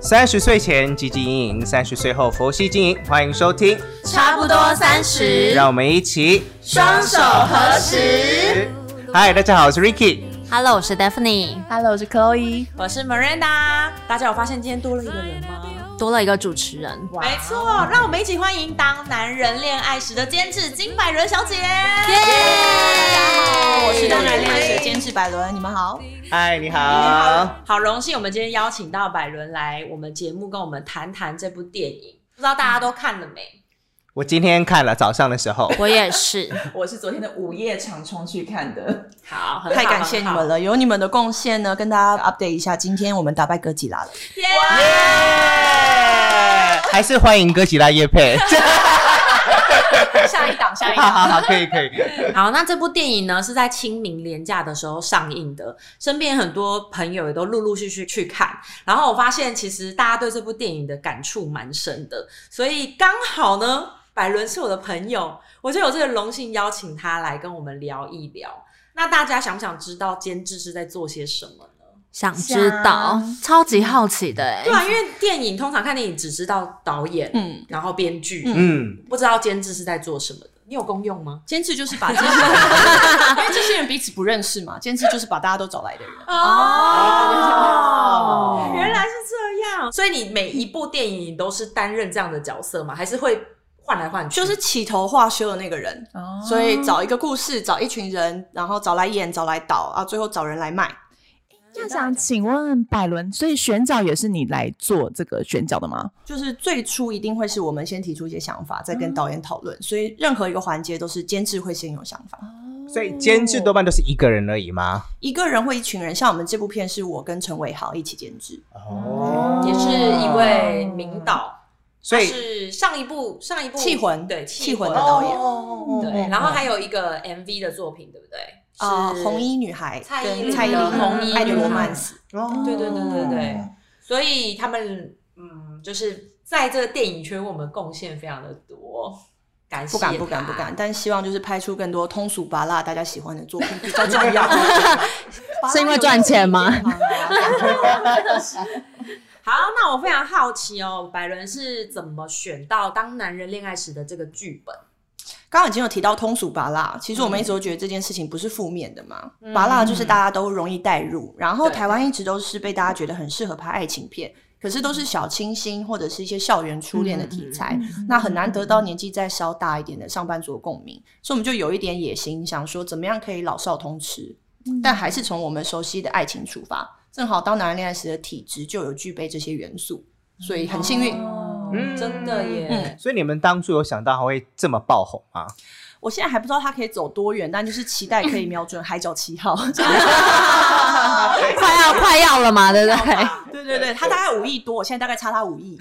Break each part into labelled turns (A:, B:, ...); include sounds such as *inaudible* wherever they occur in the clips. A: 三十岁前积极经营，三十岁后佛系经营。欢迎收听，
B: 差不多三十，
A: 让我们一起
B: 双手合十。
A: 嗨，大家好，我是 Ricky。
B: Hello，我是 Daphne，
C: Hello，我是 Chloe。
D: 我是 Miranda，大家有发现今天多了一个人吗？哦
B: 多了一个主持人，
C: 哇
D: 嗯没错，让我们一起欢迎当男人恋爱时的监制金百伦小姐。
B: 耶！
D: 我是当
A: 当
D: 男
A: 然
D: 恋
A: 恋
D: 爱
A: 爱
D: 时
A: 时
D: 的
A: 的
D: 监
A: 监
D: 制百伦，你们好。
A: 嗨，你好。
D: 好荣幸，我们今天邀请到百伦来我们节目，跟我们谈谈这部电影。不知道大家都看了没？
A: 我今天看了早上的时候，
B: 我也是，
C: 我是昨天的午夜场冲去看
E: *laughs*
C: 的，
D: 好，很好
C: 太感谢你们。了，有你们的贡献呢，跟大家 update 一下，今天我们打败哥吉拉了。
D: 耶！
A: 还是欢迎哥吉拉叶配。
C: 下一档，下一
A: 好。好好，可以可以。
D: 好，那这部电影呢是在清明连假的时候上映的，身边很多朋友也都陆陆续续去看。然后我发现，其实大家对这部电影的感触蛮深的，所以刚好呢，百伦是我的朋友，我就有这个荣幸邀请他来跟我们聊一聊。那大家想不想知道监制是在做些什么呢？
B: 想知道，超级好奇的哎、
D: 对啊，因为电影通常看电影只知道导演，
C: 嗯，
D: 然后编剧，
A: 嗯，
D: 不知道监制是在做什么的。你有功用吗？
E: 监制就是把这些 *laughs* 人，因为这些人彼此不认识嘛，监制就是把大家都找来的人。
D: 哦原来是这样。所以你每一部电影你都是担任这样的角色吗？还是会换来换去？
E: 就是起头画修的那个人，
C: 哦
E: 所以找一个故事，找一群人，然后找来演，找来导啊，最后找人来卖。
F: 那想请问百伦，所以选角也是你来做这个选角的吗？
E: 就是最初一定会是我们先提出一些想法，再跟导演讨
C: 嗯
E: 论，所以任何一个环节都是监制会先有想法，
A: 所以监制多半都是一个人而已吗？
E: 一个人或一群人。像我们这部片是我跟陈伟豪一起监制，
A: 哦
D: 也是一位名导，
A: 所
D: 他
A: 以
D: 是上一部上一部
E: 嗯气魂
D: 对
E: 气
D: 气
E: 魂
D: 魂
E: 的导演
A: 哦
D: 对，然后还有一个 MV 的作品，对不对？
E: 啊、
D: 是
E: 红衣女孩
D: 蔡依
E: 跟
D: 林
E: 蔡依林
D: 的
E: 《
D: 红 *laughs* 衣
E: 爱的
D: 女
E: 罗
D: 孩
E: 曼史》，
D: 对对对对对，所以他们嗯，就是在这个电影圈为我们贡献非常的多，感谢
E: 不敢不敢
D: 他
E: 不敢，但希望就是拍出更多通俗拔辣大家喜欢的
D: *laughs*
E: 作品比较重要。
B: 是因为赚钱吗？
D: 啊好，那我非常好奇哦，百伦是怎么选到《当男人恋爱时》的这个剧本？
E: *laughs* 刚刚已经有提到通俗拔辣，其实我们
D: 嗯
E: 一直都觉得这件事情不是负面的嘛，拔辣就是大家都容易带入，然后
D: 对
E: 台湾一直都是被大家觉得很适合拍爱情片。可是都是小清新或者是一些校园初恋的题
D: 嗯
E: 材，那很难得到年纪再稍大一点的上班族的共鸣，所以我们就有一点野心，想说怎么样可以老少通吃，但还是从我们熟悉的爱情出发。正好当男人恋爱时的体质就有具备这些元素，所以很幸运。
F: 哦
A: 嗯
D: 真的耶！
E: 嗯
A: 所以你们当初有想到还会这么爆红吗？
E: 我现在还不知道它可以走多远，但就是期待可以瞄准海角七号。
B: 嗯
D: 啊
B: *laughs* 快要快要了嘛，对不对？
E: 对对对，他大概五亿多，我现在大概差他五亿。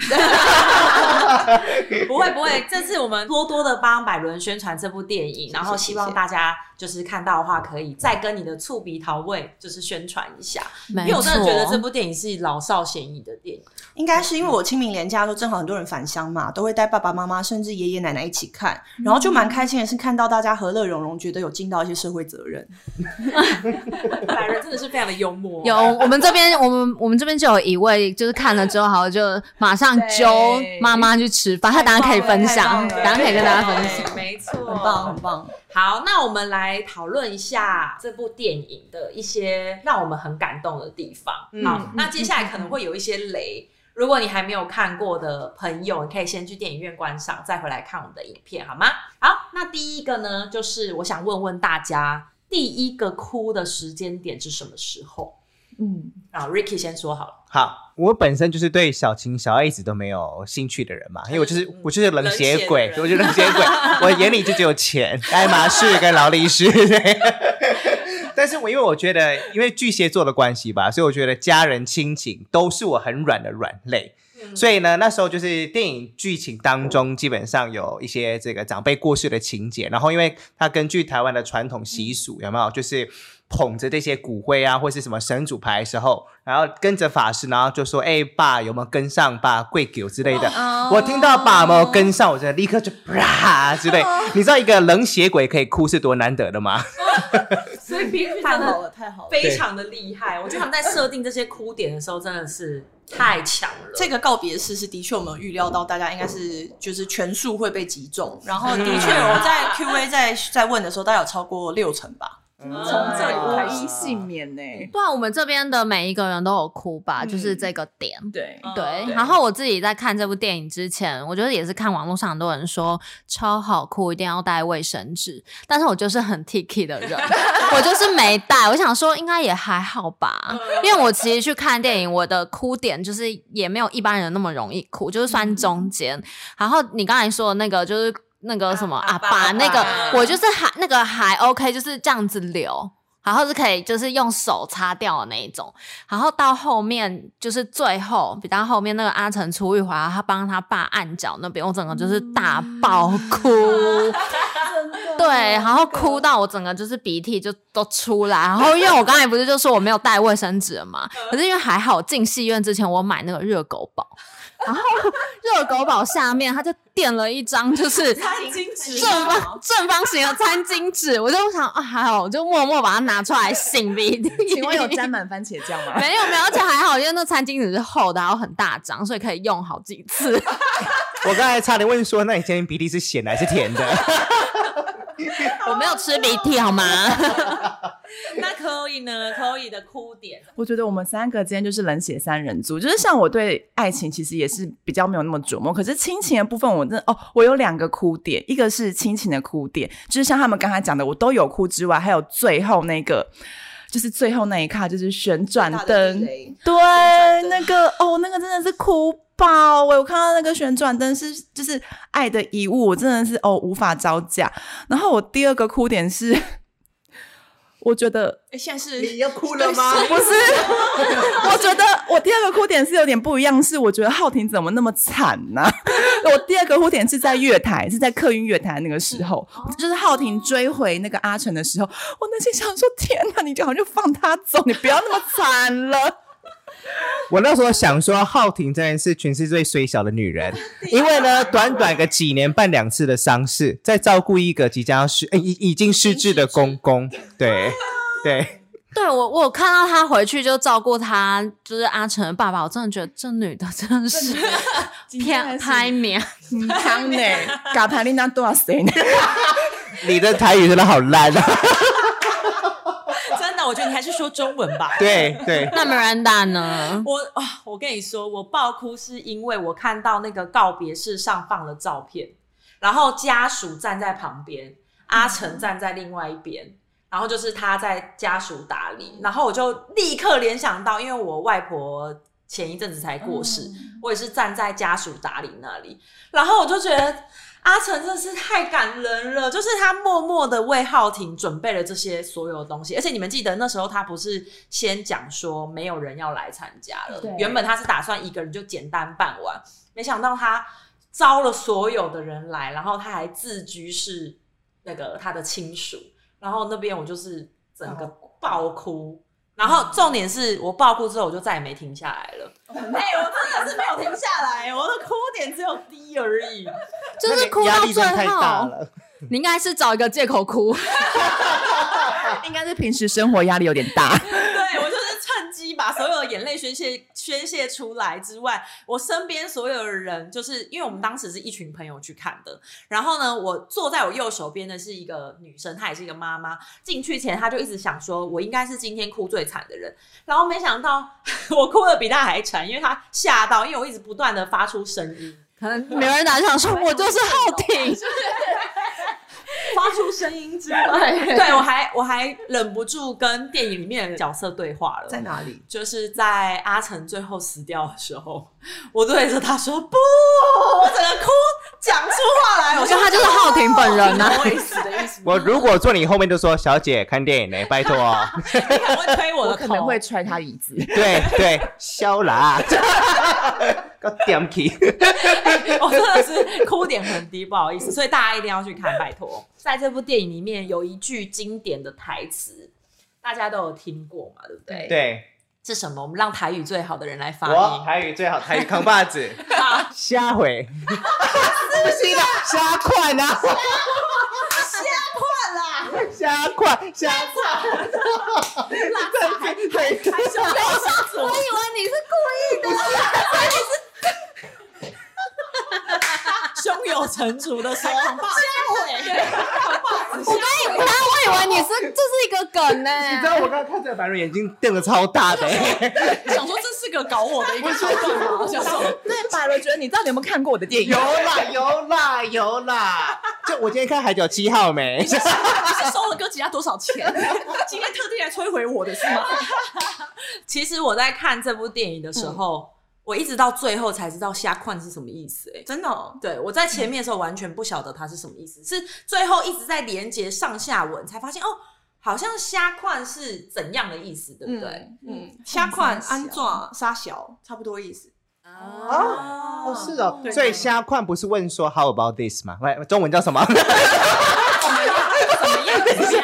D: *laughs* 不会不会，这次我们多多的帮百伦宣传这部电影，然后希望大家就是看到的话，可以再跟你的醋鼻桃味就是宣传一下，因
B: 没
D: 为我真的觉得这
B: 错，
D: 部电影是老少咸宜的电影。
E: 应该是因为我清明连假都正好很多人返乡嘛，都会带爸爸妈妈甚至爷爷奶奶一起看，然后就蛮开心的是看到大家和乐融融，觉得有尽到一些社会责任。
D: 百伦真的是非常的幽默，
B: 有我们这边，我们我们这边就有一位，就是看了之后，好就马上揪妈妈去吃饭，他等下可以分享，
E: 太棒
B: 等下
E: 了
B: 可以跟大家分享。
D: 享，没错，
E: 很棒，很棒。
D: 好，那我们来讨论一下这部电影的一些让我们很感动的地方。好，那接下来可能会有一些雷，如果你还没有看过的朋友，你可以先去电影院观赏，再回来看我们的影片，好吗？好，那第一个呢，就是我想问问大家，第一个哭的时间点是什么时候？
F: 嗯，
D: 啊，Ricky 先说好了，
A: 好，我本身就是对小情小爱一直都没有兴趣的人嘛，因为我就是我就是冷血鬼，我就是冷血 *laughs* 鬼，我眼里就只有钱、爱马仕跟劳力士。 *laughs* 对但是我因为我觉得，因为巨蟹座的关系吧，所以我觉得家人亲情都是我很软的软肋。所以呢，那时候就是电影剧情当中，基本上有一些嗯这个长辈过世的情节，然后因为它根据台湾的传统习俗，有没有就是捧着这些骨灰啊，或是什么神主牌的时候，然后跟着法师，然后就说：“哎、爸，有没有跟上爸跪九之类的？”
B: 哦
A: 我听到爸有没有跟上，我真的立刻就啪之类。
B: 哦
A: 你知道一个冷血鬼可以哭是多难得的吗？
D: 所以编剧
G: 太
D: 真
G: 好了，
D: 的
G: 太好了。
D: 非常的厉害。我觉得他们在设定这些哭点的时候，真的是太强了。
G: 这个告别式是的确我们有预料到，大家应该是就是全数会被击中，然后的确我在
E: *laughs*
G: Q&A 在在问的时候，大概有超过六成吧。
A: 从
D: *laughs* 从这里
F: 无一幸免呢。
B: 不然我们这边的每一个人都有哭吧，就是这个点。
F: 对，
D: 哦
B: 对，
F: 对
B: 然后我自己在看这部电影之前，我觉得也是看网络上很多人说超好哭，一定要带卫生纸，但是我就是
D: *laughs*
B: 很 ticky 的人，我就是没带。我想说应该也还好
D: 嗯
B: 吧，因为我其实去看电影，我的哭点就是也没有一般人那么容易哭，就是算中间。然后你刚才说的那个就是。那个什么
D: 嗯啊
B: 啊，
D: 爸
B: 把
D: 爸
B: 那个
D: 爸
B: 我就是还那个还 OK，就是这样子流，然后是可以就是用手擦掉的那一种。然后到后面就是最后比较后面那个阿成出狱回来，他帮他爸按脚那边，我整个就是大
F: 嗯
B: 爆哭，
F: *laughs*
B: 对，然后哭到我整个就是鼻涕就都出来。然后因为我刚才不是就说我没有带卫生纸了嘛，
F: 嗯
B: 可是因为还好进戏院之前我买那个热狗堡，然后热狗堡下面他就垫了一张
F: *laughs*
B: 就是
D: 餐巾纸
B: 正方正方形的餐巾纸，我就想啊，还好，我就默默把它拿出来擤鼻涕。
F: 请
B: *laughs*
F: 问有沾满番茄酱吗？
B: 没有没有，而且还好，因为那餐巾纸是厚的，然后很大张，所以可以用好几次。 *laughs*
A: 我刚才差点问说，那你今天鼻涕是咸的还是甜的？ *laughs*
B: 我没有吃鼻涕好吗？
D: 那可以呢？可以的哭点，
F: 我觉得我们三个今天就是冷血三人组，就是像我对爱情其实也是比较没有那么琢磨，可是亲情的部分我真的哦，我有两个哭点，一个是亲情的哭点，就是像他们刚才讲的，我都有哭之外，还有最后那个。就是最后那一刻，就是旋转
G: 大的地
F: 灯，
G: 雷
F: 对
G: 转，灯
F: 那个哦，那个真的是哭爆！欸我有看到那个旋转灯是就是《爱的遗物》，我真的是哦无法招架。然后我第二个哭点是， *laughs* 我觉得
G: 哎，现在是
A: 要哭了吗？
F: 不是， *laughs* 我觉得我第二个哭点是有点不一样，是我觉得浩婷怎么那么惨呢、 *laughs* 我第二个哭点是在月台，是在客运月台那个时候，就是浩婷追回那个阿成的时候，我内心想说：天哪，你就好像放他走，你不要那么惨了。
A: 我那时候想说，浩婷真的是全世界最小的女
B: *laughs*
A: 人，因为呢，短短个几年办两次的丧事，在照顾一个即将要失、呃已已经失智的公公，对
B: *laughs*
A: 对，
B: *laughs* 对我，我有看到他回去就照顾他，就是阿成的爸爸，我真的觉得这女的真的是 *laughs* 偏拍面。 *laughs*
F: 康呢？嘎帕琳娜多少 *laughs* 谁呢？
A: 你的台语真的好烂啊！
D: *laughs*
B: *laughs*
D: 真的，我觉得你还是说中文 *laughs* 吧。
A: 对对，
B: 那 Miranda 呢？
D: 我啊，我跟你说，我爆哭是因为我看到那个告别式上放了照片，然后家属站在旁边，阿成站在另外一边，然后就是他在家属打理，然后我就立刻联想到，因为我外婆前一阵子才过世，我也是站在家属打理那里，然后我就觉得。阿成真是太感人了，就是他默默的为浩廷准备了这些所有的东西，而且你们记得那时候他不是先讲说没有人要来参加了，原本他是打算一个人就简单办完，没想到他招了所有的人来，然后他还自居是那个他的亲属，然后那边我就是整个爆哭，然后重点是我爆哭之后我就再也没停下来了，哎、我真的是没有停下来，我的哭点只有低而已。
B: 就是哭
A: 压
B: 到
A: 力真
B: 最
A: 的太大
B: 后，
A: 了。
B: 你应该是找一个借口哭。
F: 应该是平时生活压力有点大。
D: 对我就是趁机把所有的眼泪宣泄宣泄出来之外，我身边所有的人，就是因为我们当时是一群朋友去看的，然后呢，我坐在我右手边的是一个女生，她也是一个妈妈。进去前，她就一直想说，我应该是今天哭最惨的人，然后没想到我哭的比她还惨，因为她吓到，因为我一直不断的发出声音。
B: 可能 Miranda *laughs* 就想说，我就是浩廷。
D: 发出声音之外，对我还我还忍不住跟电影里面的角色对话了。
G: 在哪里？
D: 就是在阿成最后死掉的时候， *laughs* 我对着他说不，我整个哭讲出话
F: *laughs*
D: 来，
B: 我
D: 我
B: 觉
D: 说
B: 得他就是浩廷本人啊呐、
F: 啊
D: 我也死的意思，
A: 我如果坐你后面，就说小姐看电影呢，拜托 *laughs* 哦。
D: 你还会推我的
F: *laughs* 我
D: 头，
F: 可能会踹他椅子，
A: 对对，肖 *laughs* 啦，搞点起。
D: 我真的是哭点很低，不好意思，所以大家一定要去看，拜托。在这部电影里面有一句经典的台词，大家都有听过嘛，对不对？，
A: 对，
D: 是什么？我们让台语最好的人来发
A: 我
D: *laughs* 音。
A: 台语最好，台语扛把子，下回，不啊行了，虾块呢？虾块啦，虾块，虾块，真是对
B: 我以为你是故意的，
D: 胸有成竹的说，
B: 我跟你，刚刚我以为你是这是一个梗 *laughs* 呢、
A: 你知道我刚刚看着白瑞眼睛瞪得超大的、欸，
D: 想说这是个搞我的一个桥段嘛，我想说
F: 对，百伦觉得你到底有没有看过我的电
A: *laughs*
F: 影
A: 有？啦有啦有啦！就我今天看《海角七号》没？
D: 你是收了哥吉拉多少钱？ *laughs* 今天特地来摧毁我的是吗？ *laughs* 其实我在看这部电影的时候，我一直到最后才知道虾款是什么意思、哎，
E: 真的、哦，
D: 对我在前面的时候完全不晓得它是什么意思，是最后一直在连接上下文才发现哦。好像虾款是怎样的意思，对不对？
E: 嗯嗯，虾款安壮沙小，差不多意思。
D: 嗯
A: 哦哦是哦，
E: 对
A: 所以虾块不是问说 How about this 吗？喂，中文叫什么？
D: 怎么样？怎么样？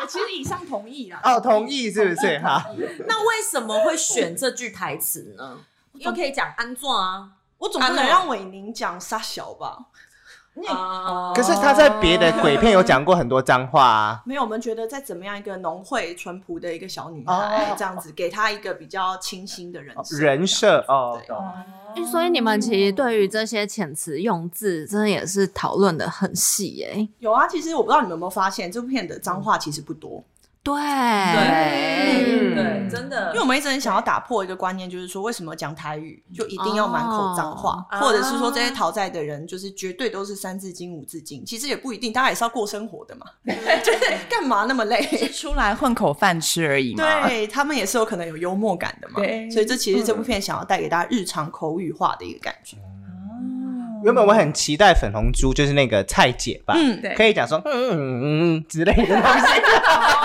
H: 我其实以上同意啦。
A: *laughs* 哦，同意是
E: *laughs*
A: 不是？哈，
D: 那为什么会选这句台词呢？又可以讲安壮啊，
E: 我总
D: 不
E: 不
D: 能
E: 能让伟宁讲沙小吧？哦
D: 啊
A: 可是他在别的鬼片有讲过很多脏话啊。
E: 没有，我们觉得在怎么样一个农会淳朴的一个小女孩，
A: 哦
E: 这样子给她一个比较清新的人设
A: 人设哦，
E: 对
A: 懂
B: 欸所以你们其实对于这些遣词用字，真的也是讨论的很细耶、
E: 有啊，其实我不知道你们有没有发现，这部片的脏话其实不多，
B: 对，
D: 对
A: 嗯
D: 对，真的
E: 因为，我们一直很想要打破一个观念，就是说为什么讲台语就一定要满口脏话，
D: 哦
E: 或者是说这些讨债的人就是绝对都是三字经五字经，其实也不一定，大家也是要过生活的嘛， *laughs* 就是干嘛那么累？
F: 出来混口饭吃而已嘛。
E: 对他们也是有可能有幽默感的嘛，
F: 对
E: 所以这其实这部片想要带给大家日常口语化的一个感觉，
F: 嗯
A: 原本我很期待粉红猪，就是那个蔡姐吧，
E: 嗯，
F: 对
A: 可以讲说嗯嗯嗯嗯之类的东西。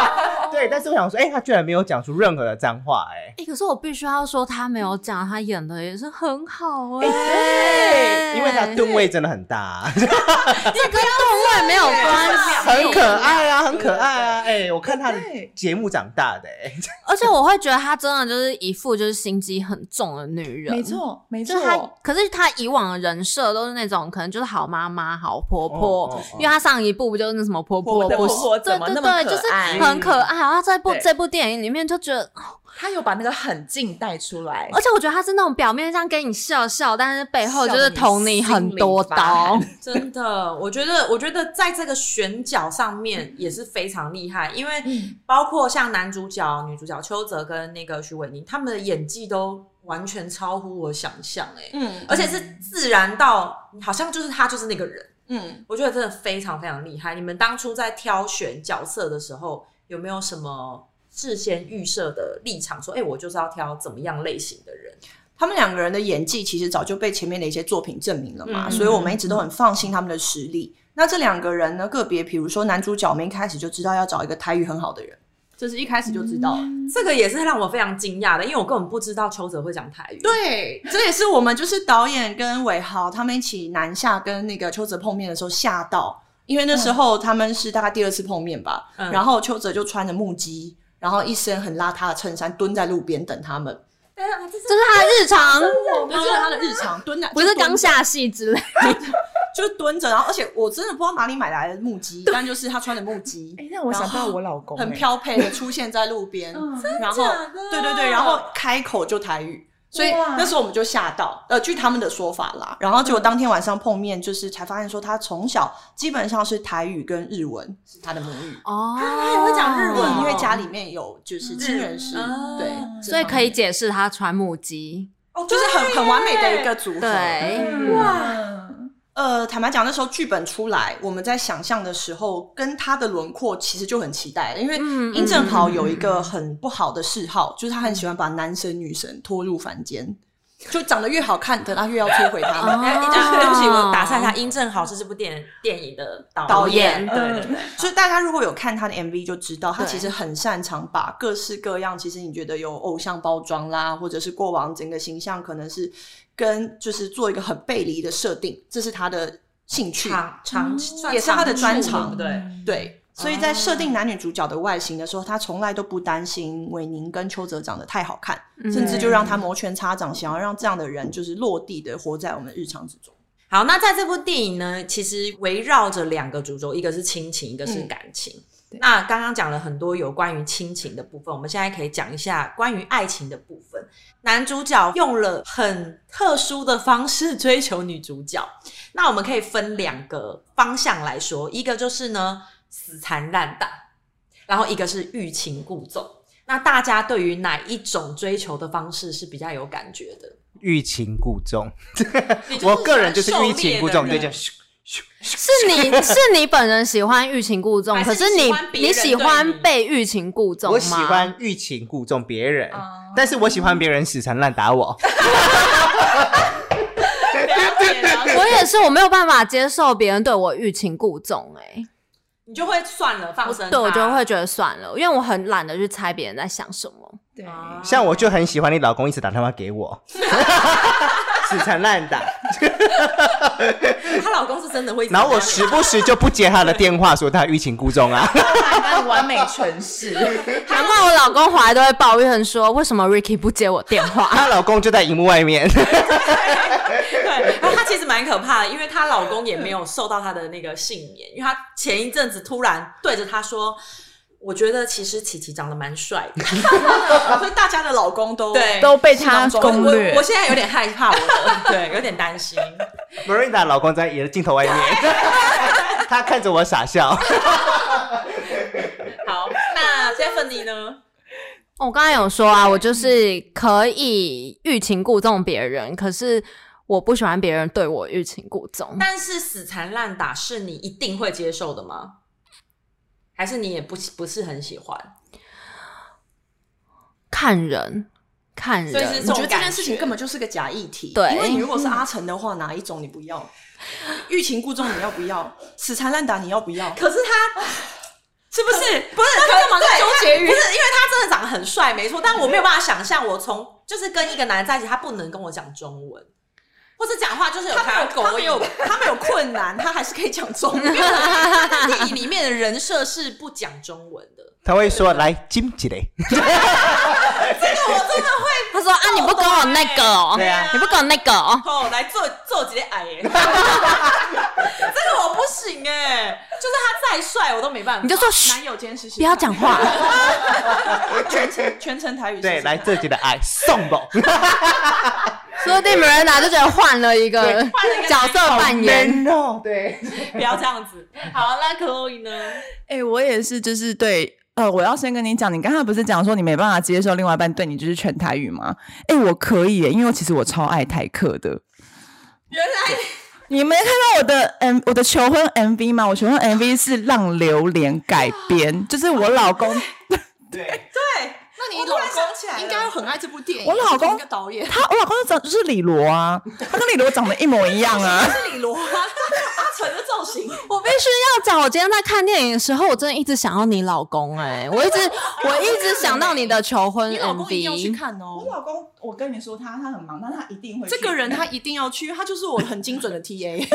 E: *laughs*
A: 对，但是我想说，哎、他居然没有讲出任何的脏话、哎。
B: 哎、可是我必须要说，他没有讲，他演的也是很好哎、
A: 因为他吨位真的很大、啊
B: 这跟动漫没有
F: *laughs*
B: 关系，
A: 很可爱啊，很可爱啊！哎、我看他的节目长大的、哎，
B: 而且我会觉得她真的就是一副就是心机很重的女人，
F: 没。错，没
B: 就是她，可是她以往的人设都是那种可能就是好妈妈、好婆婆，
A: 哦哦哦
B: 因为她上一部不就是那什么婆婆
F: 我的
B: 不
F: 婆婆
B: 对
F: 怎么
B: 对
F: 那
B: 对，
F: 么可
B: 就是
F: 爱
B: 很可爱。然后在部
F: 对
B: 这部电影里面就觉得
F: 他有把那个狠劲带出来
B: 而且我觉得他是那种表面上跟你笑笑，但是背后就是
F: 笑得你
B: 捅你很多
D: *laughs*
B: 刀。
D: 真的，我觉得，我觉得在这个选角上面也是非常厉害，因为
E: 嗯
D: 包括像男主角、女主角邱泽跟那个徐伟宁，他们的演技都完全超乎我想象，哎，
E: 嗯
D: 而且是自然到好像就是他就是那个人，
E: 嗯。
D: 我觉得真的非常非常厉害。你们当初在挑选角色的时候，有没有什么事先预设的立场？说，哎、我就是要挑怎么样类型的人？
E: 他们两个人的演技其实早就被前面的一些作品证明了嘛，
D: 嗯
E: 所以我们一直都很放心他们的实力。那这两个人呢，个别比如说男主角，我们一开始就知道要找一个台语很好的人，这是一开始就知道了。
B: 嗯
D: 这个也是让我非常惊讶的，因为我根本不知道邱泽会讲台语。
E: 对，这也是我们就是导演跟伟豪他们一起南下跟那个邱泽碰面的时候吓到，因为那时候他们是大概第二次碰面吧，
D: 嗯
E: 然后邱泽就穿着木屐，然后一身很邋遢的衬衫蹲在路边等他们，
D: 啊
B: 这是他的日常，
E: 这是他的日常蹲在
B: 不是
E: 就蹲
B: 刚下戏之类。
E: 就是蹲着，然后而且我真的不知道哪里买来的木屐，但就是他穿的木 *laughs* 屐，
F: 哎，让我想到我老公，
E: 很
F: 哎
E: 飘配的出现在路边，然后对对对，然后开口就台语。所以那时候我们就吓到，呃，据他们的说法啦，然后结果当天晚上碰面，就是才发现说他从小基本上是台语跟日文是他的母语，
B: 哦，
D: *laughs* 他也会讲日文哦
E: 因为家里面有就是亲人是
D: 嗯，
E: 对，
B: 所以可以解释他穿母鸡。
D: 哦，
E: 就是很很完美的一个组合。
B: 对，
D: 嗯
E: 呃，坦白讲，那时候剧本出来，我们在想象的时候，跟他的轮廓其实就很期待了，因为
B: 嗯
E: 殷正豪有一个很不好的嗜好，就是他很喜欢把男神女神拖入凡间，就长得越好看的，他越要摧毁他
B: 哦
E: 们。
D: 哎，对 *laughs* 对不起，我打岔一下，殷正豪是这部电电影的导
E: 导演嗯
D: 对对对，
E: 所以大家如果有看他的 MV 就知道，他
B: 对
E: 其实很擅长把各式各样，其实你觉得有偶像包装啦，或者是过往整个形象可能是跟就是做一个很背离的设定，这是他的兴趣。
D: 长长
E: 嗯也是他的专
D: 长
E: 长
D: 处对不对？
E: 对，所以在设定男女主角的外形的时候，他从来都不担心韦宁跟邱泽长得太好看，甚至就让他摩拳擦掌，想要让这样的人就是落地的活在我们日常之中。
D: 好，那在这部电影呢，其实围绕着两个主轴，一个是亲情，一个是感情。那刚刚讲了很多有关于亲情的部分，我们现在可以讲一下关于爱情的部分。男主角用了很特殊的方式追求女主角，那我们可以分两个方向来说，一个就是呢死缠烂打，然后一个是欲擒故纵。那大家对于哪一种追求的方式是比较有感觉的？
A: 欲擒故纵， *laughs* 我个人就是欲擒故纵，
D: 你
A: 就
D: 就
A: 这
D: 是
A: 样。
B: 是
D: *laughs*
B: 你是你本人喜欢欲擒故纵，
D: 还是
B: 可是你
D: 喜欢别人
B: 你喜欢被欲擒故纵吗？
A: 我喜欢欲擒故纵别人，但是我喜欢别人死缠烂打我。
B: 我也是，我没有办法接受别人对我欲擒故纵、欸，
D: 你就会算了，放
B: 哎，
D: 生。
B: 对我就会。觉得算了，因为我很懒得去猜别人在想什么。
H: 对，
A: 像我就很喜欢你老公一直打电话给我， *laughs* 死缠烂打，
D: 哦她老公是真的会一直这
A: 然
D: 样。
A: 后我时不时就不接他的电话，说他欲擒故纵啊。 *laughs*
F: *laughs* 但完美诠释。
B: 难怪我老公回来都会抱怨说，为什么 Ricky 不接我电话？
A: 她老公就在荧幕外面， *laughs*
D: 对，然后她其实蛮可怕的，因为她老公也没有受到她的那个幸免，因为她前一阵子突然对着她说。我觉得其实琪琪长得蛮帅
F: *laughs*
D: 的，
E: 所以大家的老公都
D: 对，
F: 都被她攻略
D: 我我。我现在有点害怕我的，
A: *laughs*
D: 对，有点担心。
A: Marina 老公在也是镜头外面， *laughs* 他看着我傻笑。
D: 好，那 Stephanie 呢？
B: 我刚才有说啊，我就是可以欲擒故纵别人，可是我不喜欢别人对我欲擒故纵。
D: 但是死缠烂打是你一定会接受的吗？还是你也不不是很喜欢？
B: 看人，看人，
D: 所以是
E: 我
D: 这种
E: 觉得这
D: 感
E: 件
D: 觉
E: 事情根本就是个假议题。
B: 对
E: 因为你如果是阿成的话，哪一种你不要？欲擒故纵你要不要？死缠烂打你要不要？
D: 可是他 *sighs* 是不是不是
E: 他干嘛在纠结于
D: 不是，因为他真的长得很帅，没错，但我没有办法想象，我从就是跟一个男人在一起，他不能跟我讲中 *laughs* 文，或者讲话就是有
E: 他没有，他
D: 狗
E: 没
D: 有
E: 有，他没有困难，他还是可以讲中 *laughs* 文。
D: 电影里面的人设是不讲中文的。
A: 他会说来金几嘞？
B: 他说啊，你不跟我那个哦、
A: 对啊
B: 你不跟我那个哦、
D: 哦，来做做几个矮 *laughs* 耶，这个我不行哎、就是他再帅我都没办法。
B: 你就说嘘
E: 男，友今天试试，
B: 不要讲，话。
E: 全程全程台语
A: *laughs*
E: 试试
A: 对，
E: 看。
A: 来自己的爱送我，
B: 说不定没人拿就觉得换了一个角色扮演，
A: 哦，对，
D: 不要这样子。好，那 Chloe 呢？
F: 哎、我也是，就是对，呃，我要先跟你讲，你刚才不是讲说你没办法接受另外一半对你就是全台语吗？哎、我可以耶，因为其实我超爱台客的。原来你没看到我的 M 我的求婚 MV 吗？我求婚 MV 是让榴莲改编，就是我老 *laughs* 公，
E: 那你老公应该很爱这部电影，
F: 我老公
E: 一个导演，
F: 他我老公长就是李罗啊，他跟李罗长得一模一样啊。
E: 是李罗啊，阿成的造型。
B: 我必须要讲，我今天在看电影的时候，我真的一直想要你老公哎、我一直我一直想到你的求婚
E: *laughs*
D: 嗯
E: 你老公一定要去
B: MV，
E: 看哦。
F: 老公， *laughs* 我跟你说他他很忙，但他一定会
E: 这个人他一定要去，他就是我很精准的
D: *laughs*
E: TA，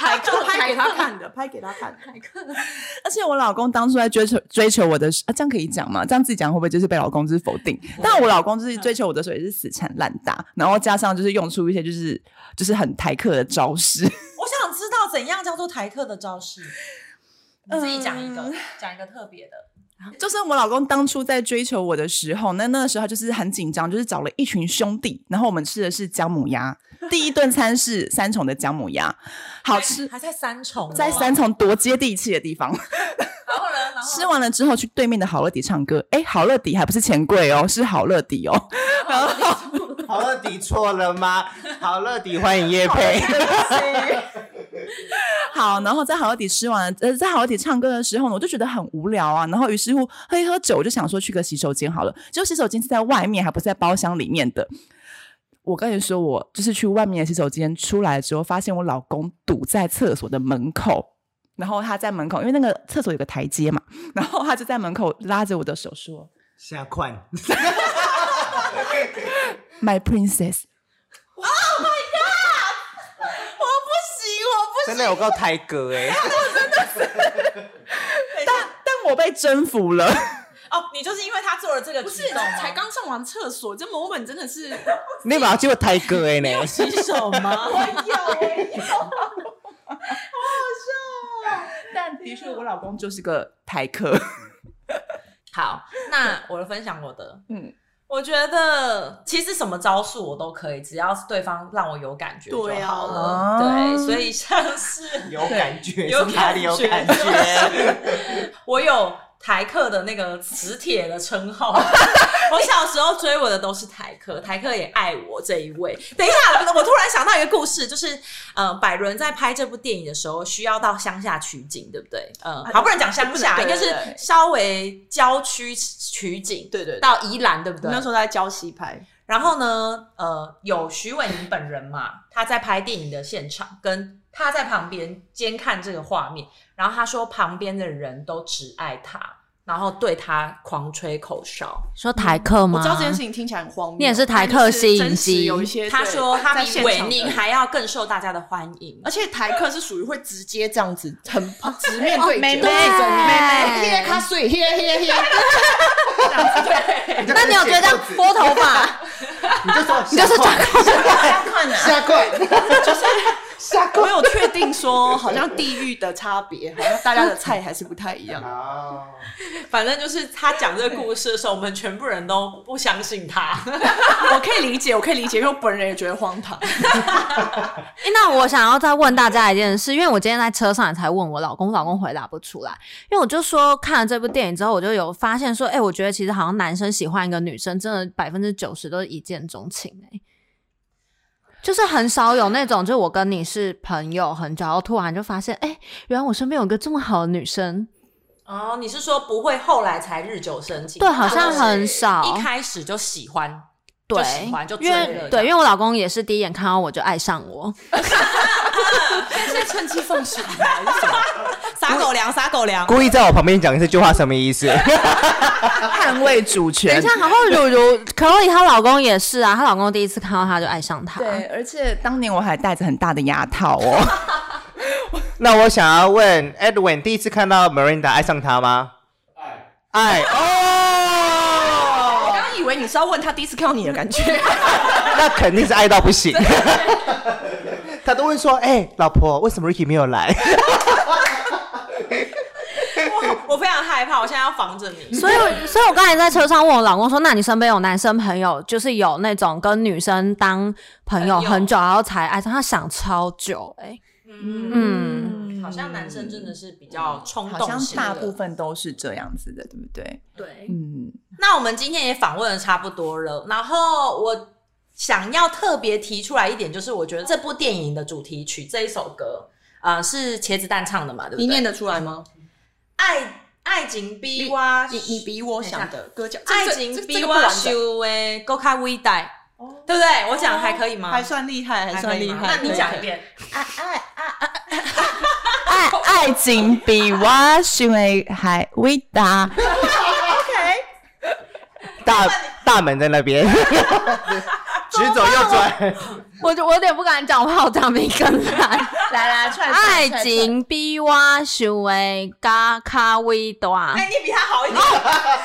E: 拍拍给他看的，拍给他看的。
F: 而且我老公当初在追求追求我的时，啊，这样可以讲吗？这样自己讲会不会就是被老公就是否定？但我老公就是追求我的时候也是死缠烂打，然后加上就是用出一些就是就是很台客的招式。 *laughs*
D: 我想知道怎样叫做台客的招
E: *laughs*
D: 式。你自己讲一个
F: 嗯，
D: 讲、一个特别的。
F: 就是我老公当初在追求我的时候，那那个时候他就是很紧张，就是找了一群兄弟，然后我们吃的是姜母鸭，第一顿餐是三重的姜母鸭，好吃。
D: 还在三重哦，
F: 在三重多接地气的地方，
D: 然后呢，然后
F: 吃完了之后去对面的好乐迪唱歌。哎，好乐迪还不是钱柜哦，是好乐迪哦。
A: *laughs* 好乐迪错了吗？好乐迪欢迎叶佩， *laughs*
F: 好，然后在好乐迪吃完，呃，在好乐迪唱歌的时候呢，我就觉得很无聊啊，然后于是乎喝一喝酒，我就想说去个洗手间好了。结果洗手间是在外面，还不是在包厢里面的。我跟你说，我就是去外面的洗手间，出来之后发现我老公堵在厕所的门口。然后他在门口，因为那个厕所有个台阶嘛，然后他就在门口拉着我的手说
A: 下款，
F: ：“My princess。
A: 欸真的有够台哥哎，”
F: 我被征服了。
I: 哦，你就是因为他做了这个
E: 不是
I: 举动吗
E: 才刚上完厕所，这某本真的是
A: 你把结果抬哥哎呢？
D: 洗手吗？
F: 但的确，我老公就是个台客。
D: 好，那我来分享我的。
F: 嗯，
D: 我觉得其实什么招数我都可以，只要是对方让我有感觉就
E: 对啊
D: 好了。
F: 哦
D: 对，所以像是
A: 有感觉，
D: 有
A: 是哪里有感
D: 感觉
A: 觉？
D: 我有台客的那个磁铁的称号。 *laughs* 我小时候追我的都是台客，台客也爱我这一位。等一下，我突然想到一个故事，就是呃，百伦在拍这部电影的时候，需要到乡下取景，对不对？嗯，好，不能讲乡下，应
E: 啊对
D: 该
E: 对
D: 是
E: 对
D: 稍微郊区取景，
E: 对对对
D: 到宜兰，对不对？
E: 那时候在教西拍，
D: 然后呢，呃，有徐伟宁本人嘛，他在拍电影的现场，跟他在旁边监看这个画面，然后他说旁边的人都只爱他，然后对他狂吹口哨。
B: 说台客吗？
E: 我知道这件事情听起来很荒谬，
B: 你也是台客
E: 但就是
B: 吸引
E: 真实
B: 机
E: 有一些
D: 他
E: 对
D: 说他
E: 在
D: 比
E: 现
D: 伟
E: 场的
D: 宁还要更受大家的欢迎，
E: 而且台客是属于会直接这样子，很 *laughs* 直面哦对
I: 没
E: 决，
I: 对
E: 嘿嘿卡水，嘿嘿嘿，
A: 那
B: 那你有觉得这样拨头发？
A: 你就说
B: 你就是
A: 下
B: 抓
A: 困啊下困，
E: 下我有确定说，好像地域的差别，好像大家的菜还是不太一 *laughs* 样。
A: 哦
D: 反正就是他讲这个故事的时候，我们全部人都不相信他。
E: 我可以理解，我可以理解，因为我本人也觉得荒唐。
B: 欸那我想要再问大家一件事，因为我今天在车上也才问我老公，我老公回答不出来，因为我就说看了这部电影之后，我就有发现说，哎、我觉得其实好像男生喜欢一个女生，真的百分之九十都是一见钟情、欸，就是很少有那种，就是我跟你是朋友很久，然后突然就发现，哎、原来我身边有一个这么好的女生，
D: *laughs* 哦，你是说不会后来才日久生情？
B: 对，好像
D: 他们
B: 很
D: 是
B: 少
D: 一，开始就喜欢，
B: 对
D: 就喜欢就，追
B: 因
D: 了这
B: 为
D: 样
B: 对，因为我老公也是第一眼看到我就爱上我，
E: 现在趁机放手，
D: 撒狗粮，撒狗粮。
A: 故意在我旁边讲这句话什么意思？ *laughs*
F: 捍卫主
B: 等
F: 权
B: 一。下，然后如如可洛伊她老公也是啊，她老公第一次看到她就爱上她，
F: 对，而且当年我还戴着很大的牙套哦。
A: 那我想要问 Edwin，第一次看到 Marinda 爱上他吗？爱爱
E: 我
A: 哦，
E: 刚刚以为你是要问他第一次看到你的感觉，
A: 那肯定是爱到不行。他都问说：“哎、老婆，为什么 Ricky 没有来
D: *laughs* 我非常害怕，我现在要防着你。
B: 所以我，所以我刚才在车上问我老公说：“那你身边有男生朋友，就是有那种跟女生当朋友
D: 朋友
B: 很久，然啊后才爱上？”他想超久哎、欸嗯，
D: 嗯，好像男生真的是比较冲
F: *laughs* 好
D: 动
F: 像
D: 型的。
F: 大部分都是这样子的，对不对？
D: 对。
F: 嗯，
D: 那我们今天也访问的差不多了，然后我想要特别提出来一点，就是我觉得这部电影的主题曲这一首歌，呃，是茄子蛋唱的嘛，对
E: *laughs* 你
D: 不
E: 念
D: 对？
E: 得出来吗？
D: 爱爱情逼我，
E: 你你比我想的歌讲，
D: 爱
E: 这这
D: 情
E: 这
D: 逼
E: 这个不完
D: 我
E: 整
D: 修诶，够开微带，对不对？我讲还可以吗？
E: 还算厉害，还
D: 啊还
E: 算
D: 可以
E: 厉
D: 吗
E: 害。
D: 那你讲一遍。
F: 爱爱情比我行为还伟 *laughs* 大。
A: 大大门在那 *laughs* 边，直走右转。
B: 我就我有点不敢讲，我怕我讲比更难。
F: 来来，出来
B: 爱情比我想的嘎卡伟大，
D: 哎，你比他好一点，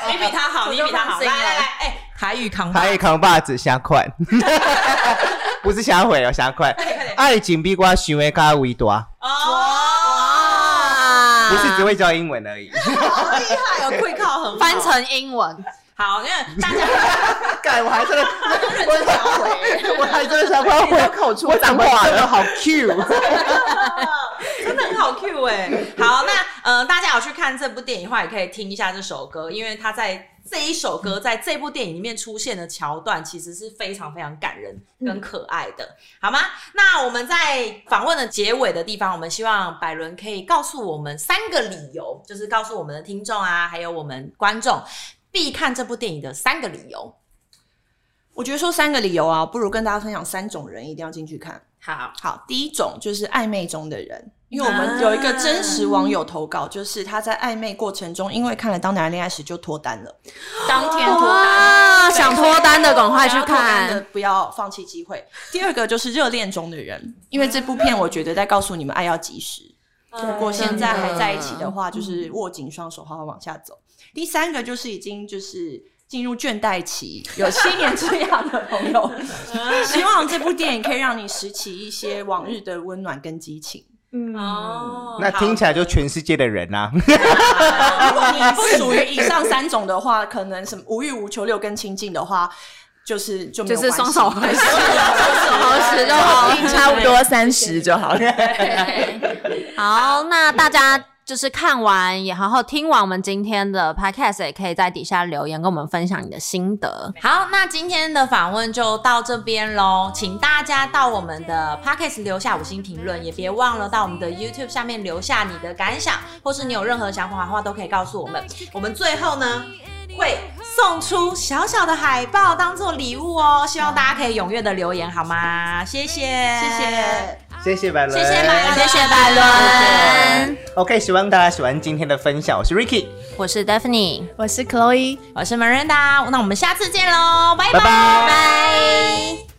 D: 你比他好，
B: 我
D: 你
B: 就
D: 比他好。
B: 放
D: 来
B: 心
D: 来
B: 了
D: 来，哎，台语扛
A: 还有扛把子瞎款， *laughs* 不是瞎毁哦，瞎款。爱情比我想的较伟大，
D: 哦，
A: 不是只会教英文 *laughs* 而已。
D: 好厉害哦，会靠很好
B: 翻成英文。
D: 好，因为大家
A: 改，我还真的，我我还真的想要回口出，我讲话了，好 Q。
D: 真的很好 Q 哎、好，那呃，大家有去看这部电影的话，也可以听一下这首歌，因为它在这一首歌在这部电影里面出现的桥段，其实是非常非常感人跟可爱的，好吗？那我们在访问的结尾的地方，我们希望百伦可以告诉我们三个理由，就是告诉我们的听众啊，还有我们观众必看这部电影的三个理由。
E: 我觉得说三个理由啊，不如跟大家分享三种人一定要进去看。
D: 好，
E: 好，第一种就是暧昧中的人，因为我们有一个真实网友投稿，
D: 嗯
E: 就是他在暧昧过程中，因为看了《当男人恋爱时》就脱单了，当天脱单。
B: 哇，
E: 对
B: 啊想脱单的赶快去
E: 想要脱单的
B: 看。
E: 不要放弃机会。第二个就是热恋中的人，因为这部片我觉得在告诉你们爱要及时。如果现在还在一起的话，
B: 嗯
E: 就是握紧双手，好好往下走。第三个就是已经就是进入倦怠期，有七年之痒的
B: *laughs*
E: 朋友，希望这部电影可以让你拾起一些往日的温暖跟激情。
D: 嗯哦，
A: 那听起来就全世界的人啊呐、
E: 如果你不属于以上三种的话，可能什么无欲无求、六根清净的话，就是就没
B: 就
E: 有
B: 是
E: 关
B: 双
E: 系
B: 手合 *laughs* 十，双手合十就好 *laughs* 了。
F: 差不多三十就好了。
B: 好，那大家就是看完，也好好听完我们今天的 podcast，也可以在底下留言跟我们分享你的心得。
D: 好，那今天的访问就到这边喽，请大家到我们的 podcast 留下五星评论，也别忘了到我们的 YouTube 下面留下你的感想，或是你有任何想法的话都可以告诉我们。我们最后呢会送出小小的海报当做礼物哦，希望大家可以踊跃的留言好吗？谢谢，
E: 谢谢。
A: 谢谢百伦，
D: 谢谢百伦
B: 谢谢百伦，
A: OK，希望大家喜欢今天的分享，我是 Ricky，
B: 我是 Daphne，
F: 我是 Chloe。
D: 我是 Miranda，那我们下次见喽，拜
A: 拜拜
D: 拜